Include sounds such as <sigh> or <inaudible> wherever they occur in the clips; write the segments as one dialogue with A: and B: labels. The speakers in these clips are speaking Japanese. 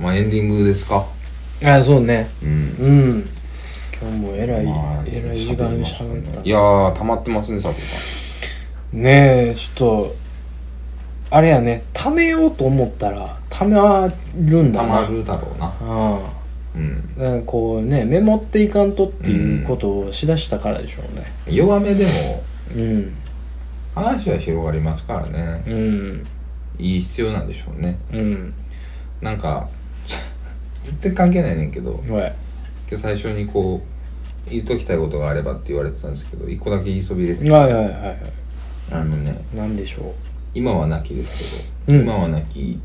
A: まあエンディングですか
B: あそうね
A: うん
B: うん今日もえらい、
A: まあ
B: えらい時間しゃべった
A: いやー溜まってますね佐藤さ
B: ねえちょっとあれやね貯めようと思ったら貯まるん
A: ん
B: だ
A: 溜
B: な
A: まるだろうな
B: あ
A: うん
B: あこうねメモっていかんとっていうことをしだしたからでしょうね
A: 弱めでも
B: うん
A: 話は広がりますからね
B: うん
A: いい必要なんでしょうね
B: うん
A: なんか <laughs> 絶対関係ないねんけど
B: はい
A: 今日最初にこう言っときたいことがあればって言われてたんですけど一個だけ言いそびです
B: はいはいはいは
A: あのね
B: いなんでしょ
A: 今はなきですけ
B: う
A: ど、
B: ん
A: 今はなき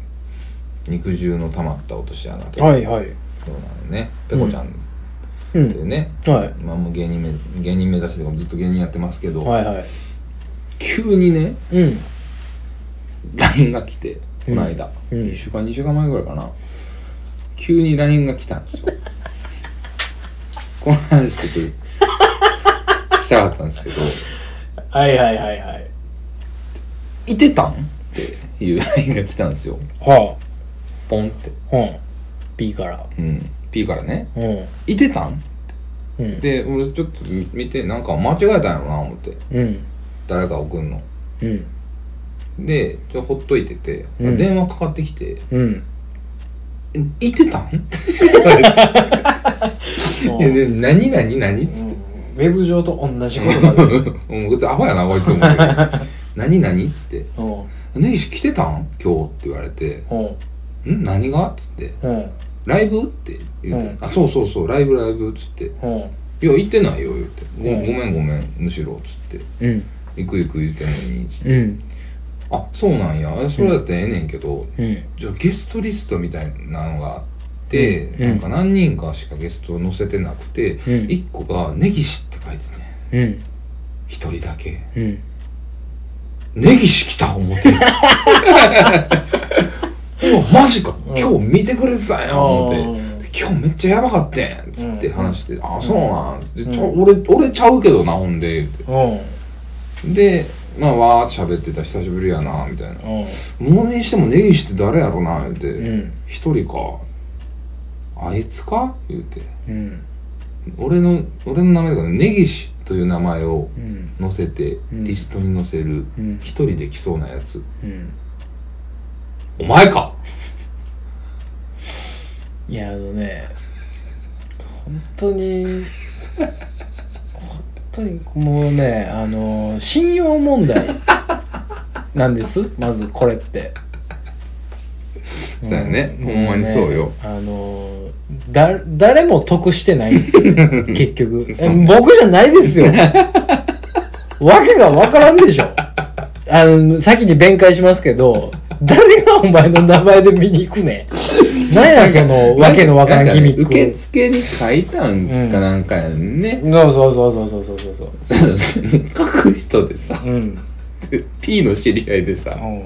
A: 肉汁の溜まった落とし穴と
B: うはいはい
A: そうなのねペコちゃんっ
B: う
A: てい
B: ん
A: うね、
B: はい
A: まあもう芸人め芸人目指してずっと芸人やってますけど、
B: はいはい
A: 急にね
B: うん
A: LINE が来てこの間、
B: うん
A: 1週間2週間前ぐらいかな急に LINE が来たんですよこの話ちょっとしたかったんですけど
B: はいはいはいは
A: 「
B: い
A: いてたん?」っていう LINE が来たんですよ
B: は
A: ポンって、
B: あうん B から
A: うん、P からね
B: うん
A: 「いてたん?」
B: うん
A: で俺ちょっと見てなんか間違えたんやろな思って
B: うん
A: 誰か送んの
B: うん
A: でちょっとほっといてて、
B: うん
A: 電話かかってきて
B: うん
A: 「えいてたん?」って
B: <laughs>
A: 言われていやで「何何何?」っつって
B: ウェブ上と同じことだね
A: 「もう別にアホやなこいつ」思って
B: <laughs>
A: 「何何?」っつって
B: うん
A: 「根岸来てたん今日」って言われて
B: うん
A: 「ん何が?」っつって
B: うん
A: 「ライブ?」って言うて、
B: うん
A: あそうそうそうライブライブ」っつって
B: うん
A: 「いや行ってないよ」言うて「ご
B: うん
A: ごめんごめんむしろ」っつって
B: うん
A: 「行く行く言うてんのに」つって
B: うん
A: あそうなんやそれだったらええねんけど、
B: うん
A: じゃあゲストリストみたいなのがあって、
B: うん
A: なんか何人かしかゲストを載せてなくて、
B: うん
A: 一1個が「根岸」って書いててん
B: うん
A: 1人だけ
B: うん
A: 「根岸来た!」思ってるうわマジか
B: うん
A: 今日見てくれてたんや思って。
B: あ
A: 今日めっちゃやばかったやんつって話して「あそうなん」つって、
B: うん
A: ちょ俺俺ちゃうけどなほんで」言うて
B: ー
A: でまあわーって喋ってた久しぶりやなみたいな
B: うん
A: ものにしても根岸って誰やろな言うて、
B: うん
A: 一人かあいつか言うて
B: うん
A: 俺の俺の名前だから根岸という名前を
B: うん
A: 載せて
B: うん
A: リストに載せる
B: うん
A: 一人で来そうなやつ
B: う
A: お
B: ん
A: 前か
B: いやあのね本当に本当にもうねあの信用問題なんですまずこれって
A: そうやねほんまにそうよ
B: あのだ誰も得してないんで
A: <laughs>
B: すよ結局
A: そう
B: え
A: ね
B: 僕じゃない
A: <laughs>
B: ですよわけがわからんでしょあの先に弁解しますけど誰がお前の名前で見に行くねん何やそのわけのわからんギミック
A: なかね受付に書いたんかなんかやんね、 <laughs>
B: そうそうそうそうそうそうそう
A: 書く人でさ
B: うん、
A: P の知り合いでさ
B: うん、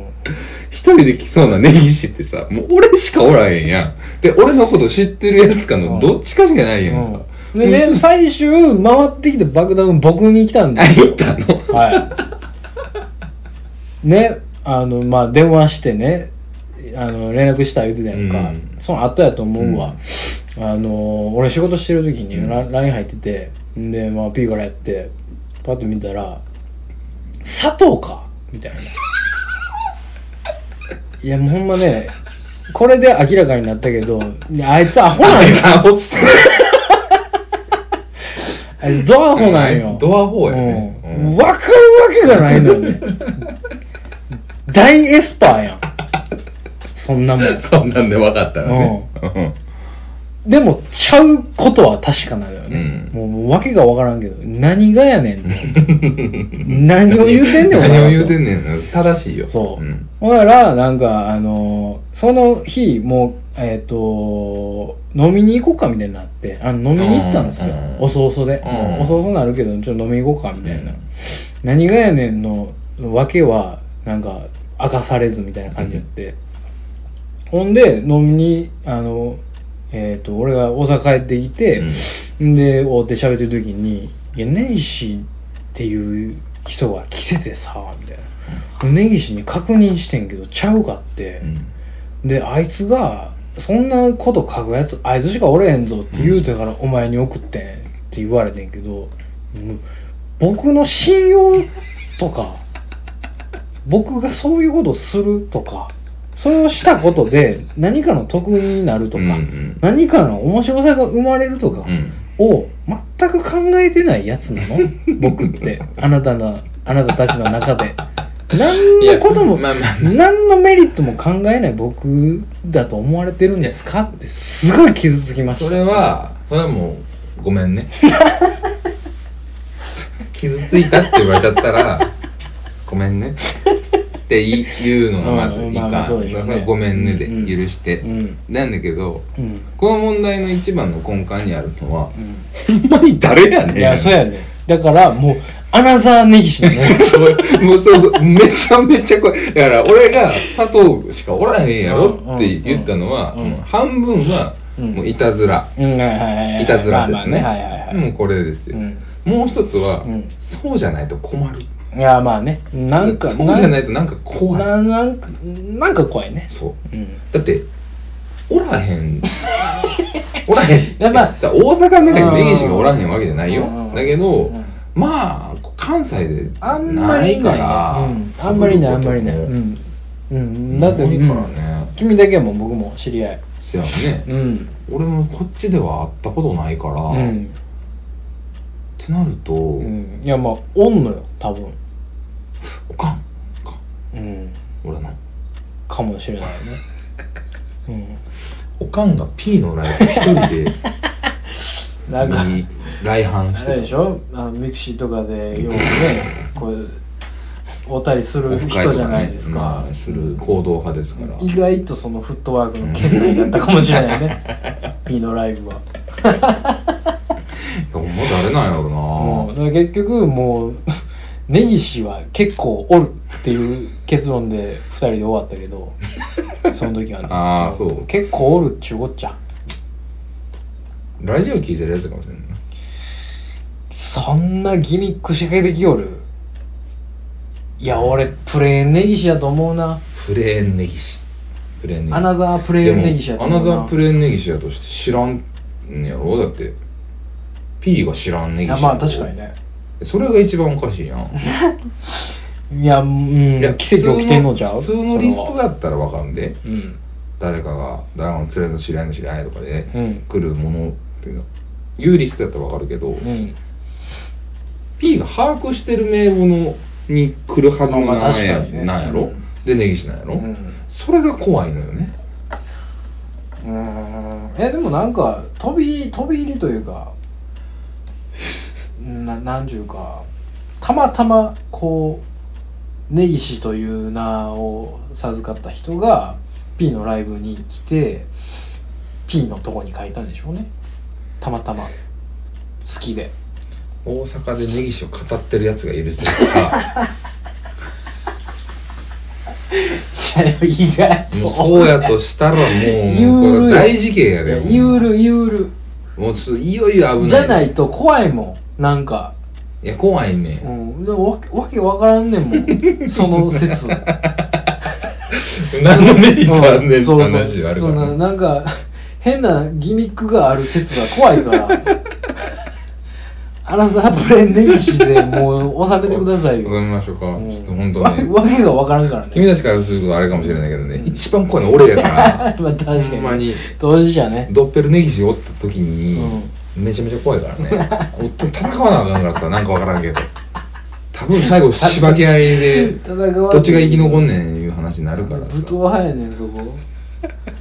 A: 一人で来そうな根岸ってさもう俺しかおらへんやんで俺のこと知ってるやつか
B: うん
A: のどっちかしかないやんか、
B: うんでね、最終回ってきて爆弾僕に来たんで
A: あ
B: すよ
A: 行った
B: <laughs>
A: の <laughs>
B: はいねあのまあ電話してねあの連絡した言うてたやんか、
A: うん
B: その後やと思うわ、あの俺仕事してる時
A: う
B: に
A: ん
B: ラ LINE 入っててんで、まあ、P からやってパッと見たら「佐藤か」
A: <laughs>
B: みたいないやもうほんまねこれで明らかになったけどいやあいつア
A: <laughs>
B: ホなんよ
A: アホっすね
B: あいつドアホなん
A: あい
B: よ
A: つドアホ
B: う
A: やね、うん
B: ん、分かるわけがないのよ
A: <laughs>
B: ね大エスパーやんそんなもん
A: そんなんで分かったらね
B: でもちゃうことは確かなのよね、
A: う
B: もうもう訳が分からんけど何がやねんと
A: <laughs>
B: 何を言うてんねんお前は
A: 何
B: と
A: を言うてんねん正しいよ
B: そうんほんならなんかあのその日もうえっ、と飲みに行こうかみたいになってあの飲みに行ったんですよ、
A: うん
B: おそうそで、
A: うん
B: もうおそうそなるけどちょっと飲みに行こうかみたいな、
A: うん
B: 何がやねんのわけはなんか明かされずみたいな感じやって、ほんで飲みにあのえっ、と俺が大阪帰ってきて、んで、おって喋ってる時に、いや、根岸っていう人が来ててさ、みたいな。根岸に確認してんけど、ちゃうかって
A: う。ん
B: で、あいつが、そんなこと書くやつあいつしかおれへんぞって言うてからお前に送ってんって言われてんけど、もう僕の信用とか <laughs> 僕がそういうことするとかそれをしたことで何かの得になるとか、
A: うん
B: 何かの面白さが生まれるとか
A: うん
B: を全く考えてないやつなの僕ってあなたのあなたたちの中で何のことも
A: いやまあまあ
B: 何のメリットも考えない僕だと思われてるんですかってすごい傷つきました
A: それはそれはもうごめん
B: <laughs>
A: ね傷ついたって言われちゃったらごめんねっていうのがまずいい
B: まあまあ
A: か
B: そうでしょうね
A: それはごめんねで
B: うん
A: 許して、
B: うん
A: なんだけど
B: うん
A: この問題の一番の根幹にあるのは
B: う
A: ほんまに誰やねん
B: んいやそうやねだからもうアナザーネギシ
A: <laughs>
B: のね
A: そうもうそうめちゃめちゃ怖いだから俺が佐藤しかおらへんやろって言ったのは、
B: うんうんうん
A: もう半分は
B: うん
A: もういたずら、
B: <laughs> うんはいはいはいはい
A: いたずら説ね
B: まあまあはいはいはい
A: もうこれですよ、
B: う
A: もう一つは、
B: うん
A: そうじゃないと困る
B: んいやまあねなんか
A: そうじゃないとなんか怖い
B: ななんかなんか怖いね
A: そう
B: うん
A: だっておらへんおらへん
B: やっぱ
A: さ大阪の中に根岸がおらへんわけじゃないよ
B: うん
A: だけど、
B: うん
A: まあ関西で
B: あんまりい
A: な
B: ないい
A: から
B: うんあんまりないあんまりない
A: 被
B: う
A: る
B: ん
A: こと
B: うん
A: も
B: だって
A: 多いから
B: うん
A: ね、
B: 君だけはもう僕も知り合い
A: せやね
B: うん
A: 俺もこっちでは会ったことないから、
B: う
A: っ
B: ん
A: てなると、
B: うんいやまあおんのよ多分
A: おかんおかん
B: うん
A: 俺の
B: かもしれ
A: <laughs>
B: ないね
A: おかんが P のライブ一人で
B: うん <laughs> なんか
A: に来阪し
B: あれで
A: て
B: しょあのミクシーとかでよくねこうおたりす
A: た
B: る人じゃないですか
A: まあする行動派ですから、
B: 意外とそのフットワークの圏内だったかもしれな
A: <laughs>
B: いね P のライブは
A: ほんま誰なんやろ
B: もう
A: な
B: だから結局もう根岸は結構おるっていう結論で2人で終わった
A: <laughs>
B: けどその時はね
A: ああそう
B: 結構おるっちゅうこっちゃ
A: ラジオ聞いてるやつかもしれんない
B: そんなギミック仕掛けてきよるいや俺プレーン根岸やと思うな
A: プレーンネギシプレーンネギ
B: ア
A: シ
B: ナザープレーン根岸やと
A: ア
B: 思う
A: ナ
B: な
A: ザープレーンネギシやとして知らんんやろだって P が知らんネギシ
B: いやまあ確かにね
A: それが一番おかしいやん
B: いやうん
A: いや
B: 奇跡起きてんのちゃう
A: 普通の普通のリスト
B: が
A: だったらわかんで
B: うん
A: 誰かが誰かの連れの知り合いの知り合いとかで
B: うん
A: 来るものっていうのいうリストだったらわかるけど、
B: うん
A: P が把握してる名簿のに来るはずの
B: まあ
A: 名
B: まあ
A: 前や,、
B: 確かにね
A: なんや
B: う
A: ろで根岸なんやろ、
B: うん
A: それが怖いのよね
B: うーんえでもなんか飛び飛び入りというか <laughs> ななんちゅうかたまたまこう根岸という名を授かった人が P のライブに来て P のとこに書いたんでしょうねたまたま好きで
A: 大阪で根岸を語ってるやつがいる人と
B: <laughs>
A: か
B: 意外
A: もう
B: と
A: そうやとしたらもう
B: 言うよ
A: これ大事件や
B: いや
A: で
B: 言うる言うる
A: もうちょっといよいよ危ない
B: じゃないと怖いもんなんか
A: いや怖いね
B: うん、でもわけわけわからんねんもんその説
A: 何のメリットあんねん
B: う
A: って
B: そうそう
A: 話があるから
B: そんななんか変なギミックがある説が怖いから <laughs> アナザープレーンネギシでもう収めてください
A: ご
B: よ、
A: めんましょうか、
B: うん
A: ちょっと本当
B: わ
A: ね
B: わけがわからんからね
A: 君たちからするとあれかもしれないけどね、一番怖いの俺やか
B: <laughs> ま
A: <laughs> ら
B: あ確か
A: ほんま
B: に
A: に
B: 当事者ね
A: ドッペルネギシおった時に、めちゃめちゃ怖いからねおっと戦わなあかんからさなんかわからんけど多分最後しばき合い <laughs> で
B: 戦わ
A: どっちが生き残んねんいう話になるからさ
B: 武闘派やねんそこ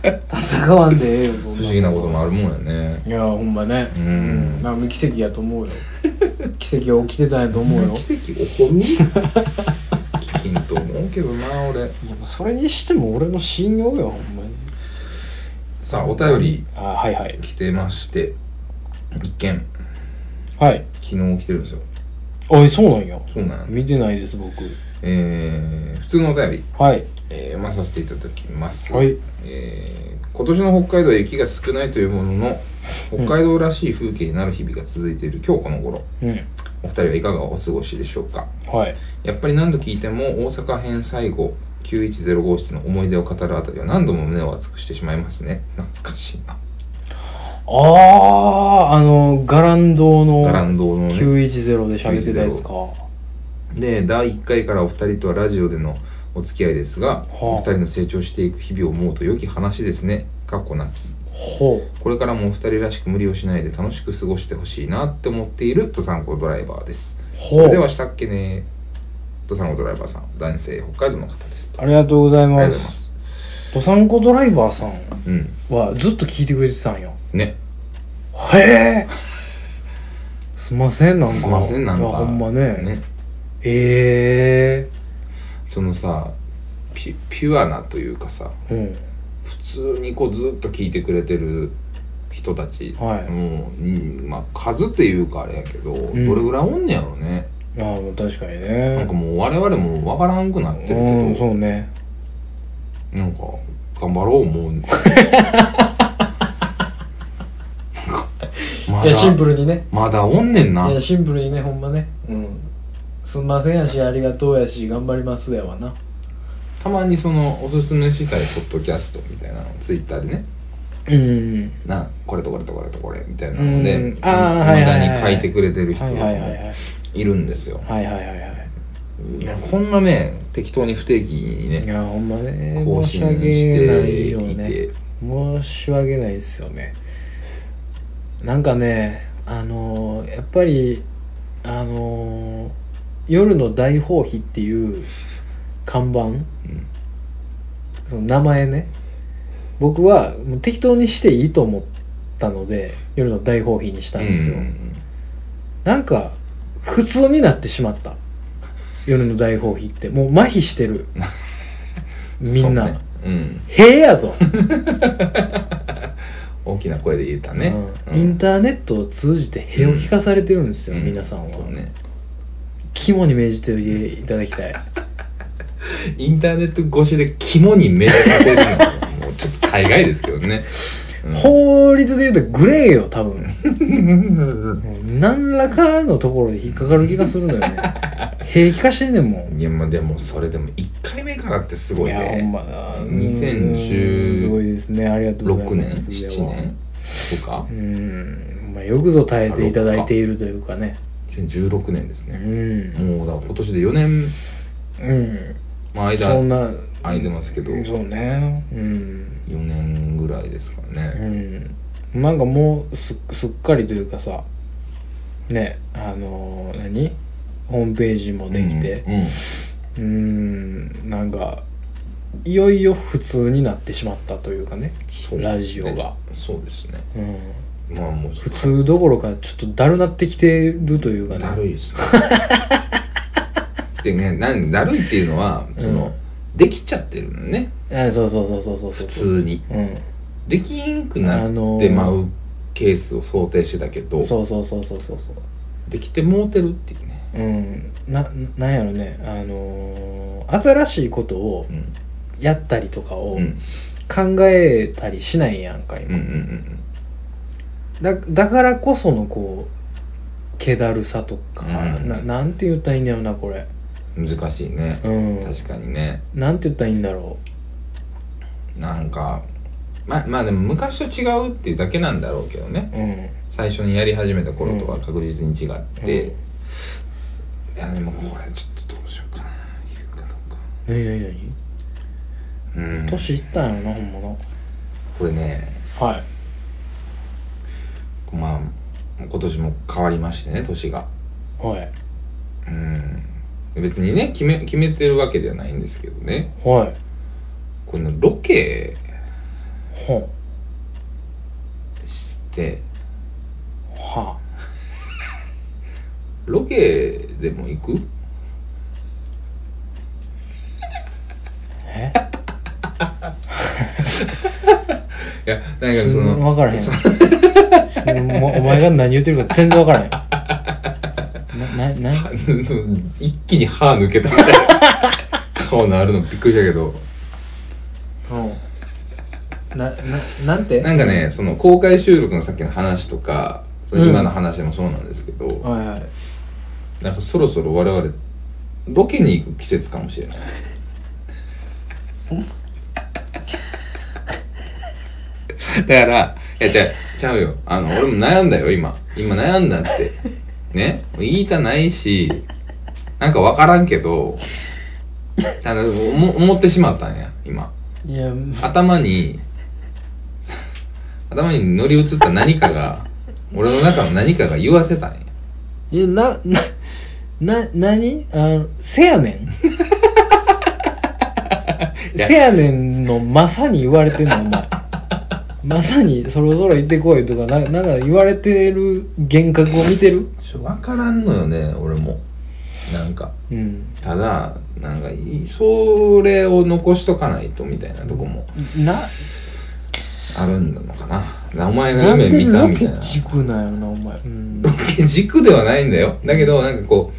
B: 戦わんでええよそんな
A: 不思議なこともあるもんやね
B: いやほんまね
A: うん
B: なんか奇跡やと思うよ <laughs> 奇跡は起きてたんやと思うよ
A: 奇跡起 <laughs> こる聞きんと思うけどな俺
B: いやもうそれにしても俺の信用よほんまに
A: さあお便り
B: あはいはい
A: 来てまして一件
B: はい
A: 昨日来てるんですよ
B: あえそうなんや
A: そうなんや
B: 見てないです僕
A: えー、普通のお便り、
B: はい
A: えー、読まさせていただきます
B: はい
A: えー今年の北海道は雪が少ないというものの北海道らしい風景になる日々が続いている今日この頃
B: うん
A: お二人はいかがお過ごしでしょうか
B: はい
A: やっぱり何度聞いても大阪編最後910号室の思い出を語るあたりは何度も胸を熱くしてしまいますね懐かしいな
B: あああのガランドの
A: ガランドのね
B: 910で喋ってたやつか
A: で第1回からお二人とはラジオでのお付き合いですが、
B: あ
A: お二人の成長していく日々を思うと良き話ですねかっこなき
B: ほ
A: これからもお二人らしく無理をしないで楽しく過ごしてほしいなって思っている登山口ドライバーです
B: う
A: そ
B: ほ
A: れでは
B: う
A: したっけね登山口ドライバーさん男性北海道の方です
B: ありがとうござい
A: ありが
B: ま
A: とうございますす
B: どさんこドライバーさん
A: うん
B: はずっと聞いてくれてたんよ
A: ね
B: へえすんませんなんか
A: すいませんなんか
B: いやほんまねえ
A: そのさピピュアなというかさ
B: えうん
A: 普通にこうずっと聞いてくれてる人たち、
B: はい
A: もううんまあ数っていうかあれやけど、
B: ん
A: どれぐらいおんねやろね
B: まあもう確かに
A: なん
B: ね
A: かもう我々も分からんくなってるけど、
B: うんそうね
A: なんか頑張ろう
B: <laughs>
A: 思うなんかま
B: いや
A: だ
B: シンプルにね
A: まだおんねんない
B: やシンプルにねほんまねうんすんませんやしありがとうやし頑張りますやわな
A: たまにそのおすすめしたいポッドキャストみたいなのツイッターでね
B: うん
A: なこれとこれとこれとこれみたいなので
B: うん
A: い
B: あーはいはいはい
A: に書いてくれてる人
B: はいはいはいはい
A: いるんですよ
B: はいはいはいはい
A: いやこんなね適当に不定期に
B: い
A: ね
B: やほんまね
A: 更新
B: 申し訳
A: して
B: ないよ
A: い
B: ね
A: て
B: 申し訳ないですよねなんかねあのーやっぱりあのー夜の大放棄」っていう看板、その名前ね僕はもう適当にしていいと思ったので夜の大放棄にしたんですよ、
A: うんうん
B: なんか普通になってしまった夜の大放棄ってもう麻痺し
A: <laughs>
B: てる
A: うん
B: みんな、
A: そうねうん
B: へえやぞ
A: 大きな声で言ったね
B: うんインターネットを通じて塀を聞かされてるんですよ、
A: う
B: 皆さんは、
A: そうね
B: 肝に銘じていただきたい
A: インターネット越しで肝に目立てるのは
B: <laughs>
A: もうちょっと大概ですけどね <laughs>
B: 法律で言うとグレーよ多分うん何らかのところで引っかかる気がするのよね
A: <laughs>
B: 塀聞かしてんねんもん
A: いやまあでもそれでも1回目からってす
B: い
A: ごい
B: やほん
A: ね
B: まな
A: 2016
B: うんすごいですねありがとうござ
A: 6
B: い
A: 年
B: ます
A: 7年とか
B: うん、まあ、よくぞ耐えていただいているというかね
A: 2016年です
B: う
A: ね
B: ん
A: もうだから今年で4年、
B: うん
A: まあ、間
B: そんな
A: 空いてますけど4
B: そうねうん
A: 年ぐらいですからね
B: うん、なんかもうすすっかりというかさねあのー何ホームページもできて
A: うんうん
B: うーんなんかいよいよ普通になってしまったというかね
A: そう
B: ラジオが、
A: そうですね
B: うん、
A: まあもう
B: 普通どころかちょっとだるなってきてるというかね
A: だるいですねでねなんだるいっていうのはその、できちゃってるのね
B: あそうそうそうそうそうそう
A: 普通に
B: うん
A: できんくな
B: あの
A: って
B: ー
A: まうケースを想定してたけど
B: そうそうそうそうそうそう
A: できてもうてるっていうね
B: うんななんやろねあのー新しいことを
A: うん
B: やったりとかを、
A: うん
B: 考えたりしないやんか
A: うんう
B: 今、
A: んうん
B: だだからこそのこう気だるさとか、
A: うん
B: ななんて言ったらいいんだろうなこれ
A: うん難しいね
B: うん
A: 確かにね
B: なんて言ったらいいんだろ
A: なんかままあでも昔と違うっていうだけなんだろうけどね
B: ううん
A: 最初にやり始めた頃とは確実に違って、
B: うん
A: いやでもこれちょっとどうしようかな言うかどうか
B: 何何何
A: うん
B: 年いったんやろなほんまな
A: これね
B: はい
A: まあ今年も変わりましてね年が
B: はい
A: うん別にね決め決めてるわけではないんですけどね
B: はい
A: このロケ
B: ほん
A: して
B: は
A: ロケでも行く
B: え
A: <laughs> いやなんかその
B: 分からへんすんおお前が何言ってるか全然分
A: <laughs>
B: からへんななな
A: はその一気に歯抜けたみたいな顔のあるのびっくりしたけど
B: うんなななんて
A: なんかねその公開収録のさっきの話とかその今の話もそうなんですけど、
B: はいはい
A: なんかそろそろ我々ロケに行く季節かもしれないだから、いや、ちゃう、ちゃうよ。あの、俺も悩んだよ、今。今悩んだって。ね言いたないし、なんかわからんけど、あの、思思ってしまったんや、今。
B: いや、
A: 頭に、頭に乗り移った何かが、俺の中の何かが言わせたんや。
B: いやな、な、な、なにあの、せやねん。
A: いや
B: せやねんのまさに言われてんの、お前。まさにそろそろ行ってこいとか、ななんか言われてる幻覚を見てる
A: ちょわからんのよね、俺も。なんか。
B: うん。
A: ただ、なんかいい、それを残しとかないとみたいなとこも
B: な、
A: あるんだのかな。なお前が
B: なん
A: 夢
B: で
A: 見た
B: ロ
A: みた
B: ケ
A: いな。
B: 軸なんやろな、お前。うん。
A: ロケ軸ではないんだよ。だけど、なんかこ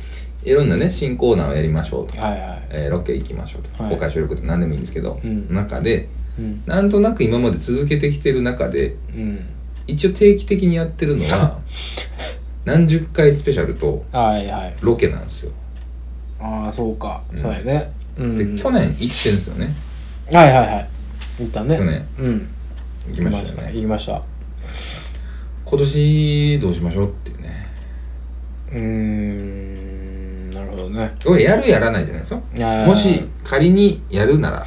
A: う、いろんなね、新コーナーをやりましょうとか、
B: はいはい。
A: えーロケ行きましょうとか、
B: はい
A: 公開収録って何でもいいんですけど、
B: うん
A: 中で、
B: うん。
A: なんとなく今まで続けてきてる中で、
B: うん。
A: 一応定期的にやってるの
B: <laughs>
A: は、何十回スペシャルと
B: はいはい。
A: ロケなんですよ。
B: ああ、そうか。
A: うん
B: そうやね。うん。
A: で、去年行ってんですよね。
B: はいはいはい。行ったね。
A: 去年
B: うん。
A: 行きましたよね。
B: 行きました。
A: 今年どうしましょうっていうね。
B: うーんなるほどね
A: これやるやらないじゃないですか。
B: あー
A: もし仮にやるな
B: <laughs>
A: ら。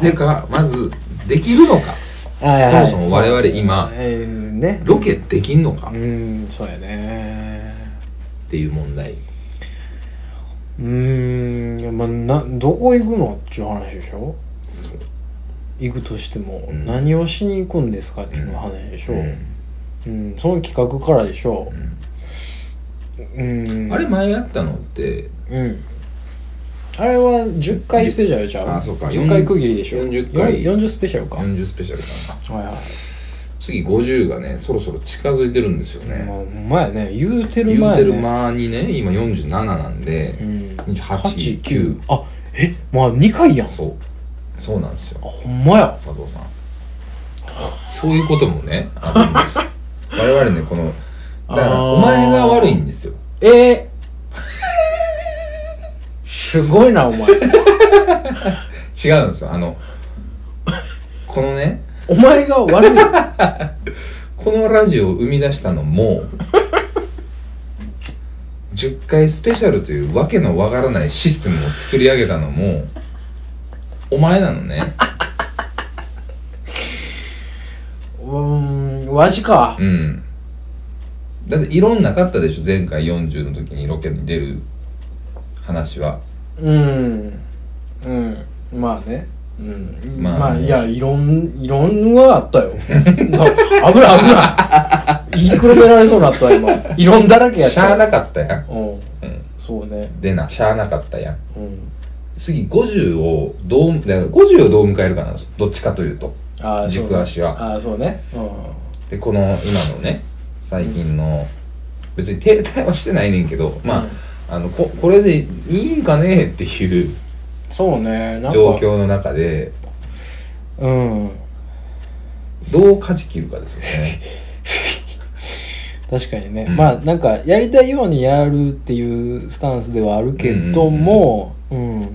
A: てか、まず、できるのか。
B: はいはい
A: そもそも我々
B: そ
A: 今
B: う、えーね
A: ロケできんのか
B: うーんそうやね
A: っていう問題。
B: うーんまあなどこ行くのっていう話でしょ
A: そう。
B: 行くとしても、
A: うん
B: 何をしに行くんですかっていう話でしょ、
A: う
B: うん
A: ん
B: その企画からでしょうーん
A: あれ前やったのって、
B: うんあれは10回スペシャルじゃん
A: あそうか
B: 10回区切りでしょ
A: 40回
B: よん40スペシャルか、
A: 40スペシャルかな。
B: はいはい
A: 次50がね、そろそろ近づいてるんですよ
B: まあ
A: ね。
B: ほんまやね言うてる前、ね、
A: 言うてる間にね、今47なんで、28、9。
B: あえまあ2回やんあ
A: そう。そうなんですよ。
B: ほんまや
A: 佐藤さんそういうこともねあるん
B: <laughs>
A: ですよ我々ねこのだか
B: あー
A: らお前が悪いんですよ
B: えー、すごいなお前
A: 違うんですよあのこのね
B: お前が悪い
A: このラジオを生み出したのも10回スペシャルというわけのわからないシステムを作り上げたのもお前なのね
B: うーんわしか
A: うんだっていろんなかったでしょ前回40の時にロケに出る話は
B: うんうんまあねうん
A: ま
B: ま
A: あ
B: あ、いやいろんいろんはあったよ <laughs> あ危ない危ない言いくるめられそうになった今いろんだらけやった
A: しゃあなかったやん
B: うん
A: うん
B: そうね
A: でなしゃあなかったやん
B: うん
A: 次50をどうだから50をどう迎えるかなんですどっちかというと
B: あーそうね
A: 軸足は
B: あーそうねうん
A: でこの今のね最近の、別に停滞はしてないねんけどまあ,、
B: う
A: あ
B: ん
A: のここれでいいんかねっていう
B: そうねなんか
A: 状況の中で
B: うん
A: どう舵切るかですよ
B: <laughs>
A: ね
B: 確かにね、
A: うん
B: まあなんかやりたいようにやるっていうスタンスではあるけども、うん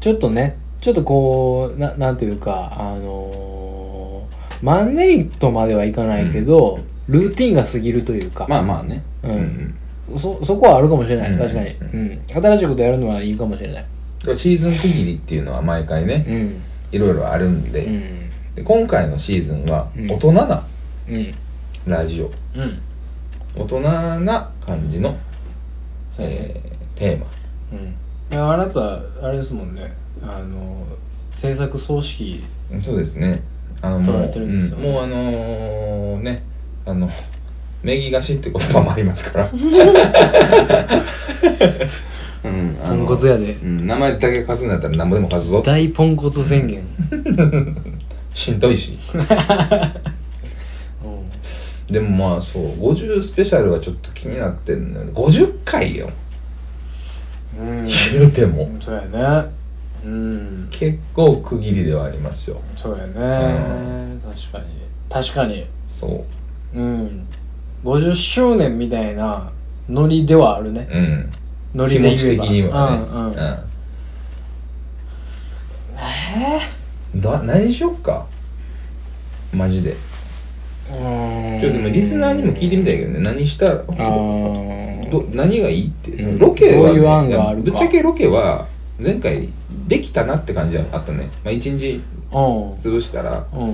B: ちょっとねちょっとこうななんというかあのーマンネリとまではいかないけど、ルーティンが過ぎるというか、
A: まあまあね
B: うん
A: うん
B: そそこはあるかもしれない、
A: うん
B: 確かに、
A: う
B: うん、新しいことやるのはいいかもしれない
A: だからシーズン区切りっていうのは毎回
B: う
A: ね
B: ん
A: いろいろあるんで,、
B: うん
A: で今回のシーズンは
B: うん
A: 大人な
B: うん
A: ラジオ
B: うん
A: 大人な感じの、
B: そうね
A: えーテーマ
B: うんいやあなたあれですもんねあの制作葬式
A: そうですね。あのもう
B: 取られてるんですよ
A: うんもうあのーね、あの、名義貸しって言葉もあります
B: <laughs>
A: から。うん、あ
B: 豚
A: の、
B: 骨屋で
A: うん、名前だけ貸すんだったら何ぼでも貸すぞ。
B: 大ポンコツ宣言、
A: しんどい
B: <laughs>
A: し。でもまあそう、50スペシャルはちょっと気になってんのよね。50回よ。
B: うん、
A: 言うても。
B: そうやねうん
A: 結構区切りではありますよ。
B: そうやね、
A: う
B: 確かに確かに
A: そう。
B: うん50周年みたいなノリではあるね
A: うん。
B: ノ
A: 気
B: リで
A: 持ち
B: 言え
A: 的
B: ば
A: にはね。
B: うんうん、
A: うん
B: え
A: だ何しよっかマジで
B: ー
A: ちょっとでもリスナーにも聞いてみたいけどね何したら
B: あー
A: ど何がいいって、
B: うん
A: ロケは、
B: どういう案がある
A: ね、
B: か
A: ぶっちゃけロケは前回できたなって感じはあったね、まあ、1日
B: うん
A: 潰したら
B: うん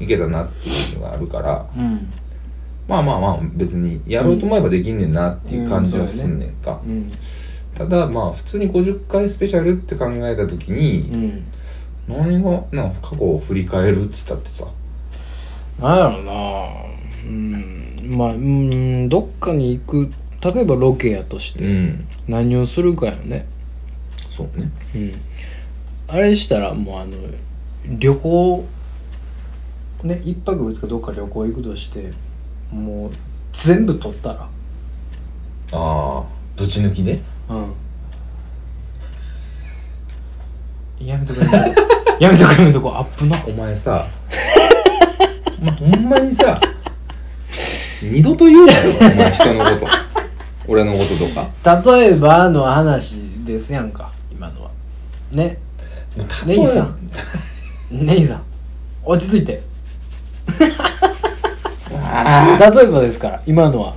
A: いけたなっていうのがあるから
B: うん
A: まあまあまあ別にやろうと思えばできんねんなっていう感じはすんねんか、
B: うん
A: ただまあ普通に50回スペシャルって考えた時に、
B: うん
A: 何がなんか過去を振り返るっつったってさ
B: なんやろうなうんまあうんどっかに行く例えばロケやとし
A: う
B: て
A: ん
B: 何をするかやろね
A: そうね
B: うんあれしたらもうあの旅行ね一泊二日どっか旅行行くとしてもう全部取ったら
A: ああぶち抜きで
B: うんやめとこやめとこやめとこやめとこアップな
A: お前さ <laughs> お前ほんまにさ二度と言うなよお前人のこと <laughs> 俺のこととか
B: 例えばの話ですやんか今のはね
A: もう
B: ネギさんネイさん落ち着いて <laughs> 例えばですから今のは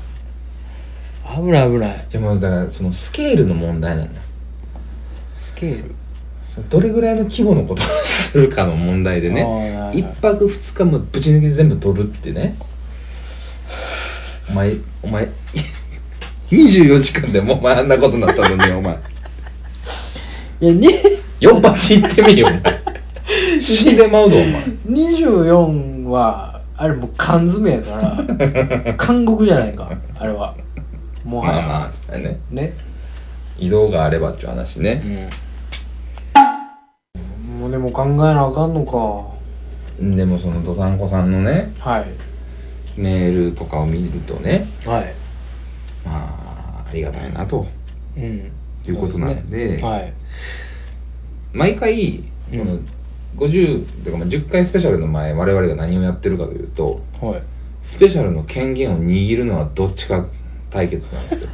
B: 危ない危ない
A: でもだからそのスケールの問題なのよ
B: スケール
A: そのどれぐらいの規模のことをするかの問題で
B: あー
A: ね
B: はいはい
A: 一泊二日もぶち抜きで全部取るってねお前お前24時間でもお前あんなことになったのにお前
B: いやに <laughs>
A: 4八行ってみよお前死んでまうぞお前
B: 24はあれもう缶詰や <laughs> から韓国じゃないかあれはもは
A: まあま
B: や
A: あそうだね
B: ね
A: 移動があればっていう話ね、
B: もうでも考えなあかんのか
A: でもそのどさんこさんのね
B: はい
A: メールとかを見るとね
B: はい
A: まあありがたいなと
B: うん
A: いうことなんで
B: はい
A: 毎回
B: う
A: こ
B: ん
A: の50とかまあ10回スペシャルの前我々が何をやってるかというと
B: はい
A: スペシャルの権限を握るのはどっちか対決なんですよ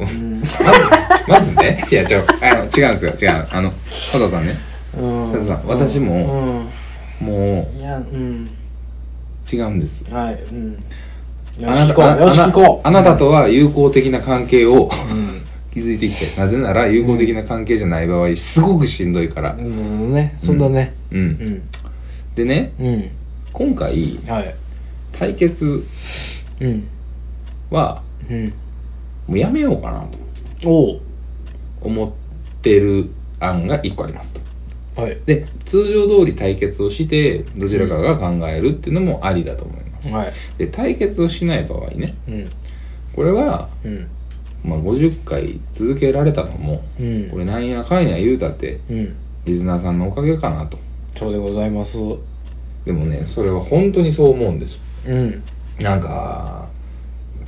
B: うん
A: まずねいやちょあの違うんですよ違うあの佐藤さんね
B: うん
A: そうそう私もも
B: うんいやうん
A: う違うんです
B: はいうんよ
A: あ
B: し
A: な
B: 聞こ
A: たあ
B: うよし聞こう
A: あなあなたとは友好的な関係を
B: う
A: 築いていきたい。なぜなら友好的な関係じゃない場合、すごくしんどいから
B: ん。うんねそんなね
A: うん。
B: ん
A: でね、
B: うん
A: 今回、
B: はい
A: 対決
B: うん
A: は、
B: うん
A: もうやめようかなと
B: おう
A: 思ってる案が1個ありますと。
B: はい
A: で、通常通り対決をして、どちらかが考えるっていうのもありだと思います。
B: はい
A: で、対決をしない場合ね、
B: うん
A: これは、
B: うん
A: まあ、50回続けられたのも、
B: うん
A: これなんやかんや言うたって、
B: うん
A: リズナーさんのおかげかなと。
B: そうでございますう
A: でもね、それは本当にそう思うんです。
B: ん
A: なんか、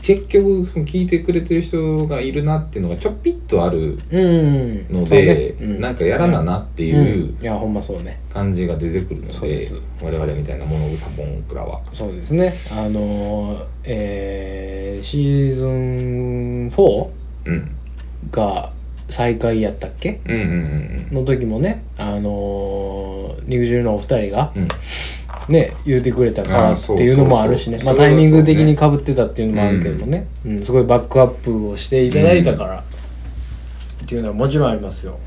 A: 結局、聞いてくれてる人がいるなっていうのがちょっぴっとある
B: うん
A: ので、
B: そうねうん
A: なんかやらななっていうん
B: いやほんまそうね
A: 感じが出てくるの
B: そうで
A: で、
B: す
A: 我々みたいな物草ボンクラは。
B: そうですねあのーえー、シーズン 4?
A: うん。
B: が再開やったっけ
A: うんうんうん
B: の時もねあのー、肉汁のお二人が
A: うん。
B: ね言うてくれたから
A: あー
B: って
A: そう
B: いうのもあるしね
A: そうそ
B: まあ
A: う
B: タイミング
A: それは
B: 的
A: そうね
B: にかぶってたっていうのもあるけどもね、うんすごいバックアップをしていただいたから、っていうのはもちろんありますよ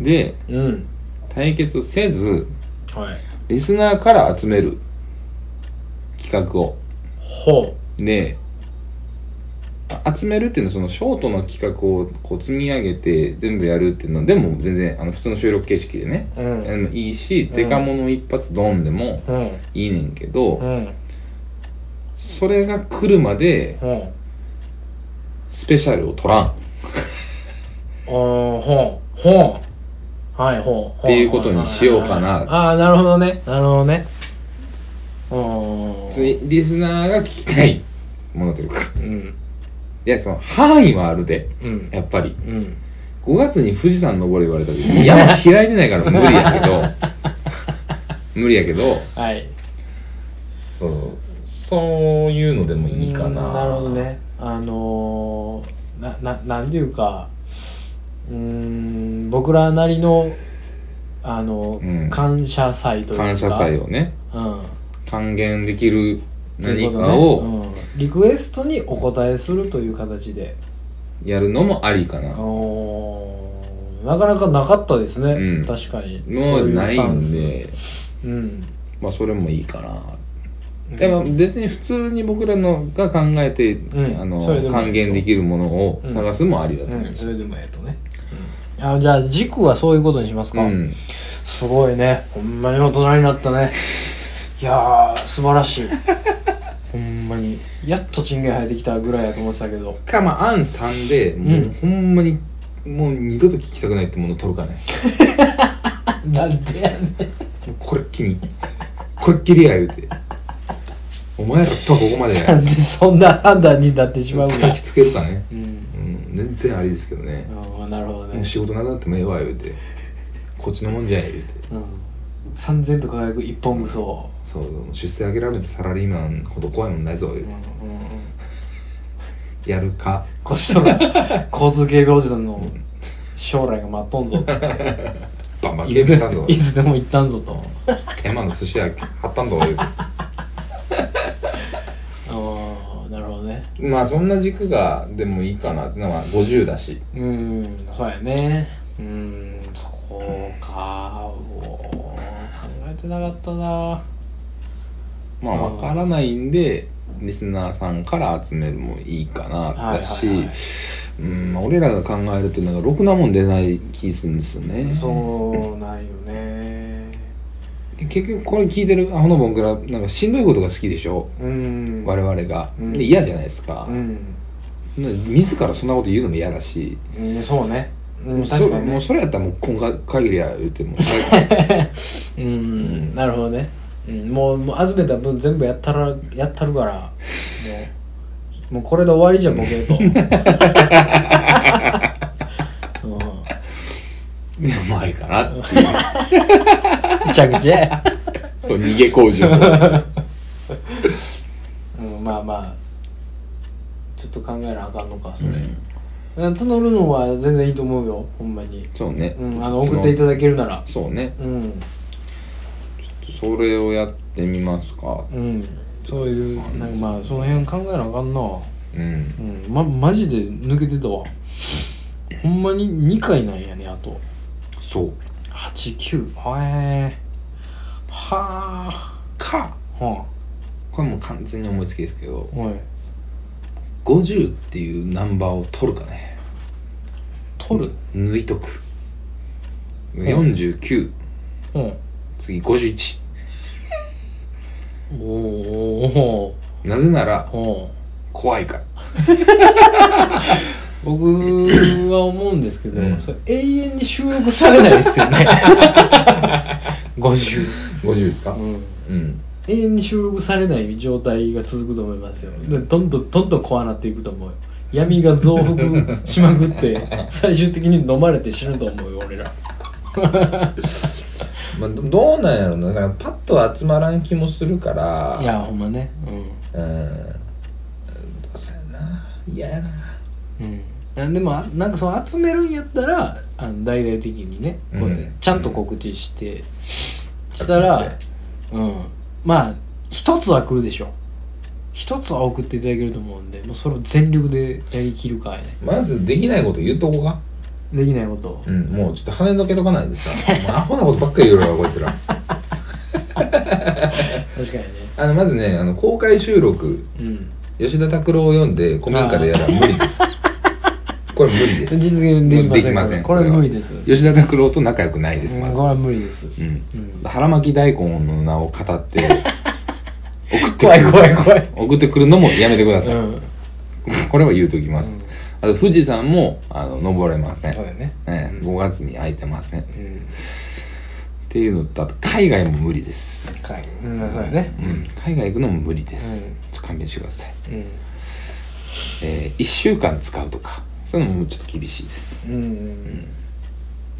A: うん。で、
B: うん
A: 対決せず、
B: はい
A: リスナーから集める企画を。
B: ほ
A: であ集めるっていうのはそのショートの企画をこう積み上げて全部やるっていうのはでも全然あの普通の収録形式でね、
B: ううん
A: あのいいしデカモノ一発ドンでも
B: うん
A: いいねんけど、
B: うん
A: それが来るまで
B: うん
A: スペシャルを取らんっ
B: あーほんほんはいほんって
A: いうことにしようかな
B: ああーなるほどねなるほどねうーん
A: てリスナーが聞きたいものというか
B: うん
A: いやその範囲はあるで
B: うん
A: やっぱり
B: うん
A: 5月に富士山登れ言われた時に <laughs> 山開いてないから無理やけ <laughs> ど無理やけど
B: はい
A: そうそうそういうのでもいいか
B: うん
A: な
B: なるほどねあのー、なななんていうかうーん僕らなりのあの、
A: うん
B: 感謝祭というか
A: 感謝祭をね
B: うん
A: 還元できる
B: とい
A: 何
B: うことね
A: かを
B: うん、リクエストにお答えするという形で
A: やるのもありかな、
B: おーなかなかなかったですね、
A: うん
B: 確かに
A: もうないんで
B: そういうス
A: まあそれもいいかな
B: タンスうん
A: でも別に普通に僕らのが考えて、
B: ん
A: あの
B: それでもいいと
A: 還元できるものを探すもありだと思
B: う、
A: うんし
B: それでもええとね、うんあじゃあ軸はそういうことにします
A: う
B: か、
A: ん
B: すごいねほんまに大人になっ
A: <laughs>
B: たねいやー素晴らしいほんまにやっとチンゲン生えてきたぐらいやと思ってたけど
A: かまあ案3でも
B: うん
A: うほんまにもう二度と聞きたくないってものを取るからね
B: なんでやねん
A: もうこれっきりこれっきりや言うてお前らとはここまで
B: な
A: や
B: んでそんな判断になってしまうんだ
A: 叩きつけるかね、
B: うん
A: うん、全然ありですけどね、
B: ああなるほど
A: も
B: ね
A: う、仕事なくなってもええわ言うてこっちのもんじゃえ言うて
B: うん、三千と輝く一本無双、
A: そう出世上げられてサラリーマンほど怖いもんないぞ言う
B: うんう
A: て
B: んうん、
A: やるか
B: こっち <laughs> とら交通系おじさんの将来が待っとんぞと
A: バンバン
B: い
A: ゲーム
B: つ
A: したん
B: で
A: ぞ
B: いつでも行ったんぞと
A: 手間の寿司屋貼ったんぞ言うて
B: ああなるほどね
A: <laughs> まあそんな軸がでもいいかなってのは50だし
B: うんそうやねうんそこかおー考えてなかったな
A: まあ分からないんでリスナーさんから集めるもいいかなだし、
B: はいはいはい
A: うん俺らが考えるってなんかろくなもん出ない気するんですよね
B: そうなんよね
A: で結局これ聞いてるアホのボンクラなんかしんどいことが好きでしょ
B: うん
A: 我々が、
B: うん
A: で嫌じゃないですか、
B: うん、
A: な自らそんなこと言うのも嫌だし、
B: うん、そうねう
A: も
B: ん
A: うそ
B: 確か
A: れ
B: に
A: もう
B: ね
A: それやったらもう今回限りや言うて
B: <laughs>
A: もう
B: うんなるほどね、うん、もうもう集めた分全部やったらやったるからもうもうこれで終わりじゃボケ <laughs> とうん
A: でもありかなっていう
B: めちゃくちゃや
A: 逃げ工場
B: うん、まあまあちょっと考えなあかんのかそれ、
A: うん
B: 募るのは全然いいと思うよほんまに、
A: そうね、
B: うん、あの送っていただけるなら
A: そのそうね
B: うん
A: それをやってみますか
B: うんそういうなんかまあその辺考えなあかんな
A: うん
B: うんまマジで抜けてたわほんまに2回なんやねあと
A: そう
B: 89はえー、はあ
A: か
B: は
A: これもう完全に思いつきですけど
B: あおい
A: 50っていうナンバーを取るかね
B: 取る
A: 抜いとく
B: ん
A: 49
B: うん
A: 次51
B: おーお
A: なぜなら
B: ーおー
A: 怖いから
B: 僕は思うんですけど、
A: うん
B: それ永遠に収録されないですよ <laughs> ね50、
A: 50ですか
B: うん、
A: うん
B: 永遠に収録されない状態が続くと思いますよでどんどんどんどん怖なっていくと思うよ闇が増幅しまくって <laughs> 最終的に飲まれて死ぬと思うよ俺ら
A: まあ、どどうなんやろうななんかパッとは集まらん気もするから
B: いやほんまねうん
A: うんどうせやな嫌やな
B: うんなんでもあなんかその集めるんやったらあの大々的にね、
A: うん
B: これちゃんと告知して、したらうんまあ一つは来るでしょ一つは送っていただけると思うんでもうそれを全力でやりきるかいね
A: まずできないこと言うとこか
B: できないことを
A: うん、もうちょっと跳ねのけとかないでさ、もうアホなことばっかり言うよ、こいつら。
B: 確かにね
A: あの、まずね、あの、公開収録、
B: うん
A: 吉田拓郎を読んで、古民家でやら無理です。これ無理です。
B: 実現できません
A: できません
B: これ無理です
A: 吉田拓郎と仲良くないです、
B: う
A: ま
B: ん
A: ず
B: これ。は無理です
A: うん。
B: うん
A: 腹巻き大根の名を語って、
B: <laughs>
A: 送ってくる。
B: 怖い怖い怖い
A: 送ってくるのもやめてくだ
B: う
A: さい。
B: ん
A: これは言うときます。あと、富士山も、あの、登れません。
B: そうだね
A: ね、5月に空いてません。っ
B: うん
A: ていうのと、あと、海外も無理です。
B: 深いうんそうだね
A: うん、海外行くのも無理です、
B: うん
A: ちょっと勘弁してください、
B: うん
A: えー、1週間使うとかそういうのもちょっと厳しいです
B: うん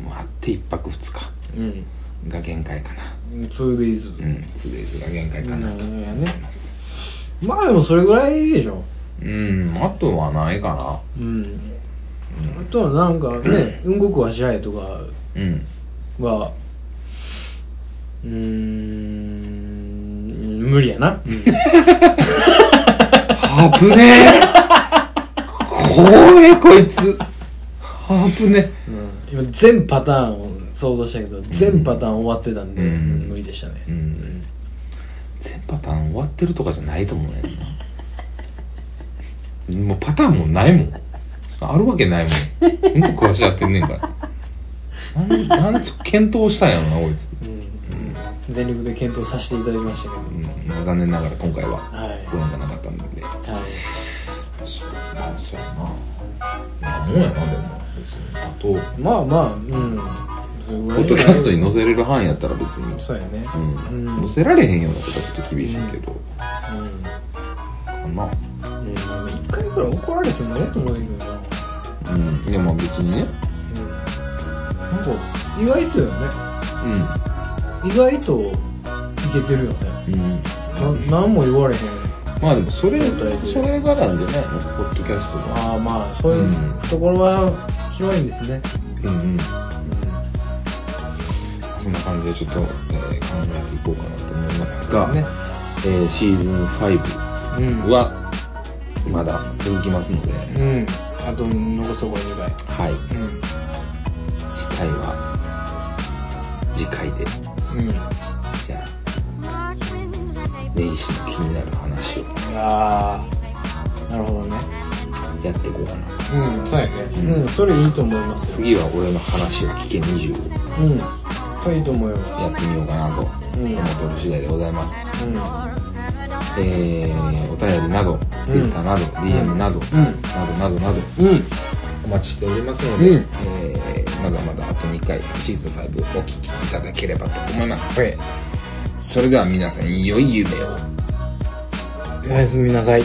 A: もうあって1泊2日
B: うん
A: が限界かな
B: うん 2days
A: うん 2days が限界かなと思
B: なるほど
A: い
B: ね
A: ます
B: まあでもそれぐらいでしょ
A: うんあとはないか
B: うんあとはなんかね「うんこくはしあえ」とか
A: うん
B: はうーん無理やな、
A: はぶねえ怖えこいつはぶね
B: 今全パターンを想像したけど全パターン終わってたんで、
A: うん
B: うん無理でしたね
A: えうん全パターン終わってるとかじゃないと思うねんなもうパターンもないもんあるわけないもんうんこ詳しやってんねんからなんなんでそ検討したんやろなこいつ、
B: うん全力で検討させていただきましたけど、
A: うんまあ、残念ながら今回は
B: はい
A: ご覧がなかったので
B: はい
A: そうなんそうやななんもんやなでも別にあと
B: まあまあうんそれぐ
A: ポ
B: らい
A: ッドキャストに載せれる範囲やったら別に
B: そうやね
A: うん
B: う
A: 載
B: ん
A: せられへんようなことはちょっと厳しいけど、
B: うん
A: かな
B: うん一回ぐらい怒られてもええと思うんだけどな
A: うんでも別にね
B: うんなんか意外とよね意外といけてるよね
A: うんうん
B: な何も言われへん
A: まあでもそれ
B: ちょっとだいぶ
A: それがなんじゃないのポッドキャストの
B: ああまあそういう
A: うん
B: 懐は広いんですね
A: うんうんそんな感じでちょっと、えー考えていこうかなと思いますが、
B: ね
A: えーシーズン5
B: うん
A: はまだ続きますので、
B: うんあと残すところ2回
A: はい
B: うん
A: 次回は次回で
B: うん
A: じゃあ根岸の気になる話を
B: ああなるほどね
A: やっていこうかな
B: うんそうやねうんそれいいと思います
A: 次は俺の話を聞け20を
B: うんそれいいと思うよ
A: やってみようかなと思っておる次第でございます、
B: うん
A: えー、お便りなど Twitter など、DM など、など
B: ん
A: などなど
B: うん
A: お待ちしておりますので、
B: うん
A: えーまだまだあと2回シーズン5お聞きいただければと思います、
B: はい
A: それでは皆さん良い夢を
B: おやすみなさい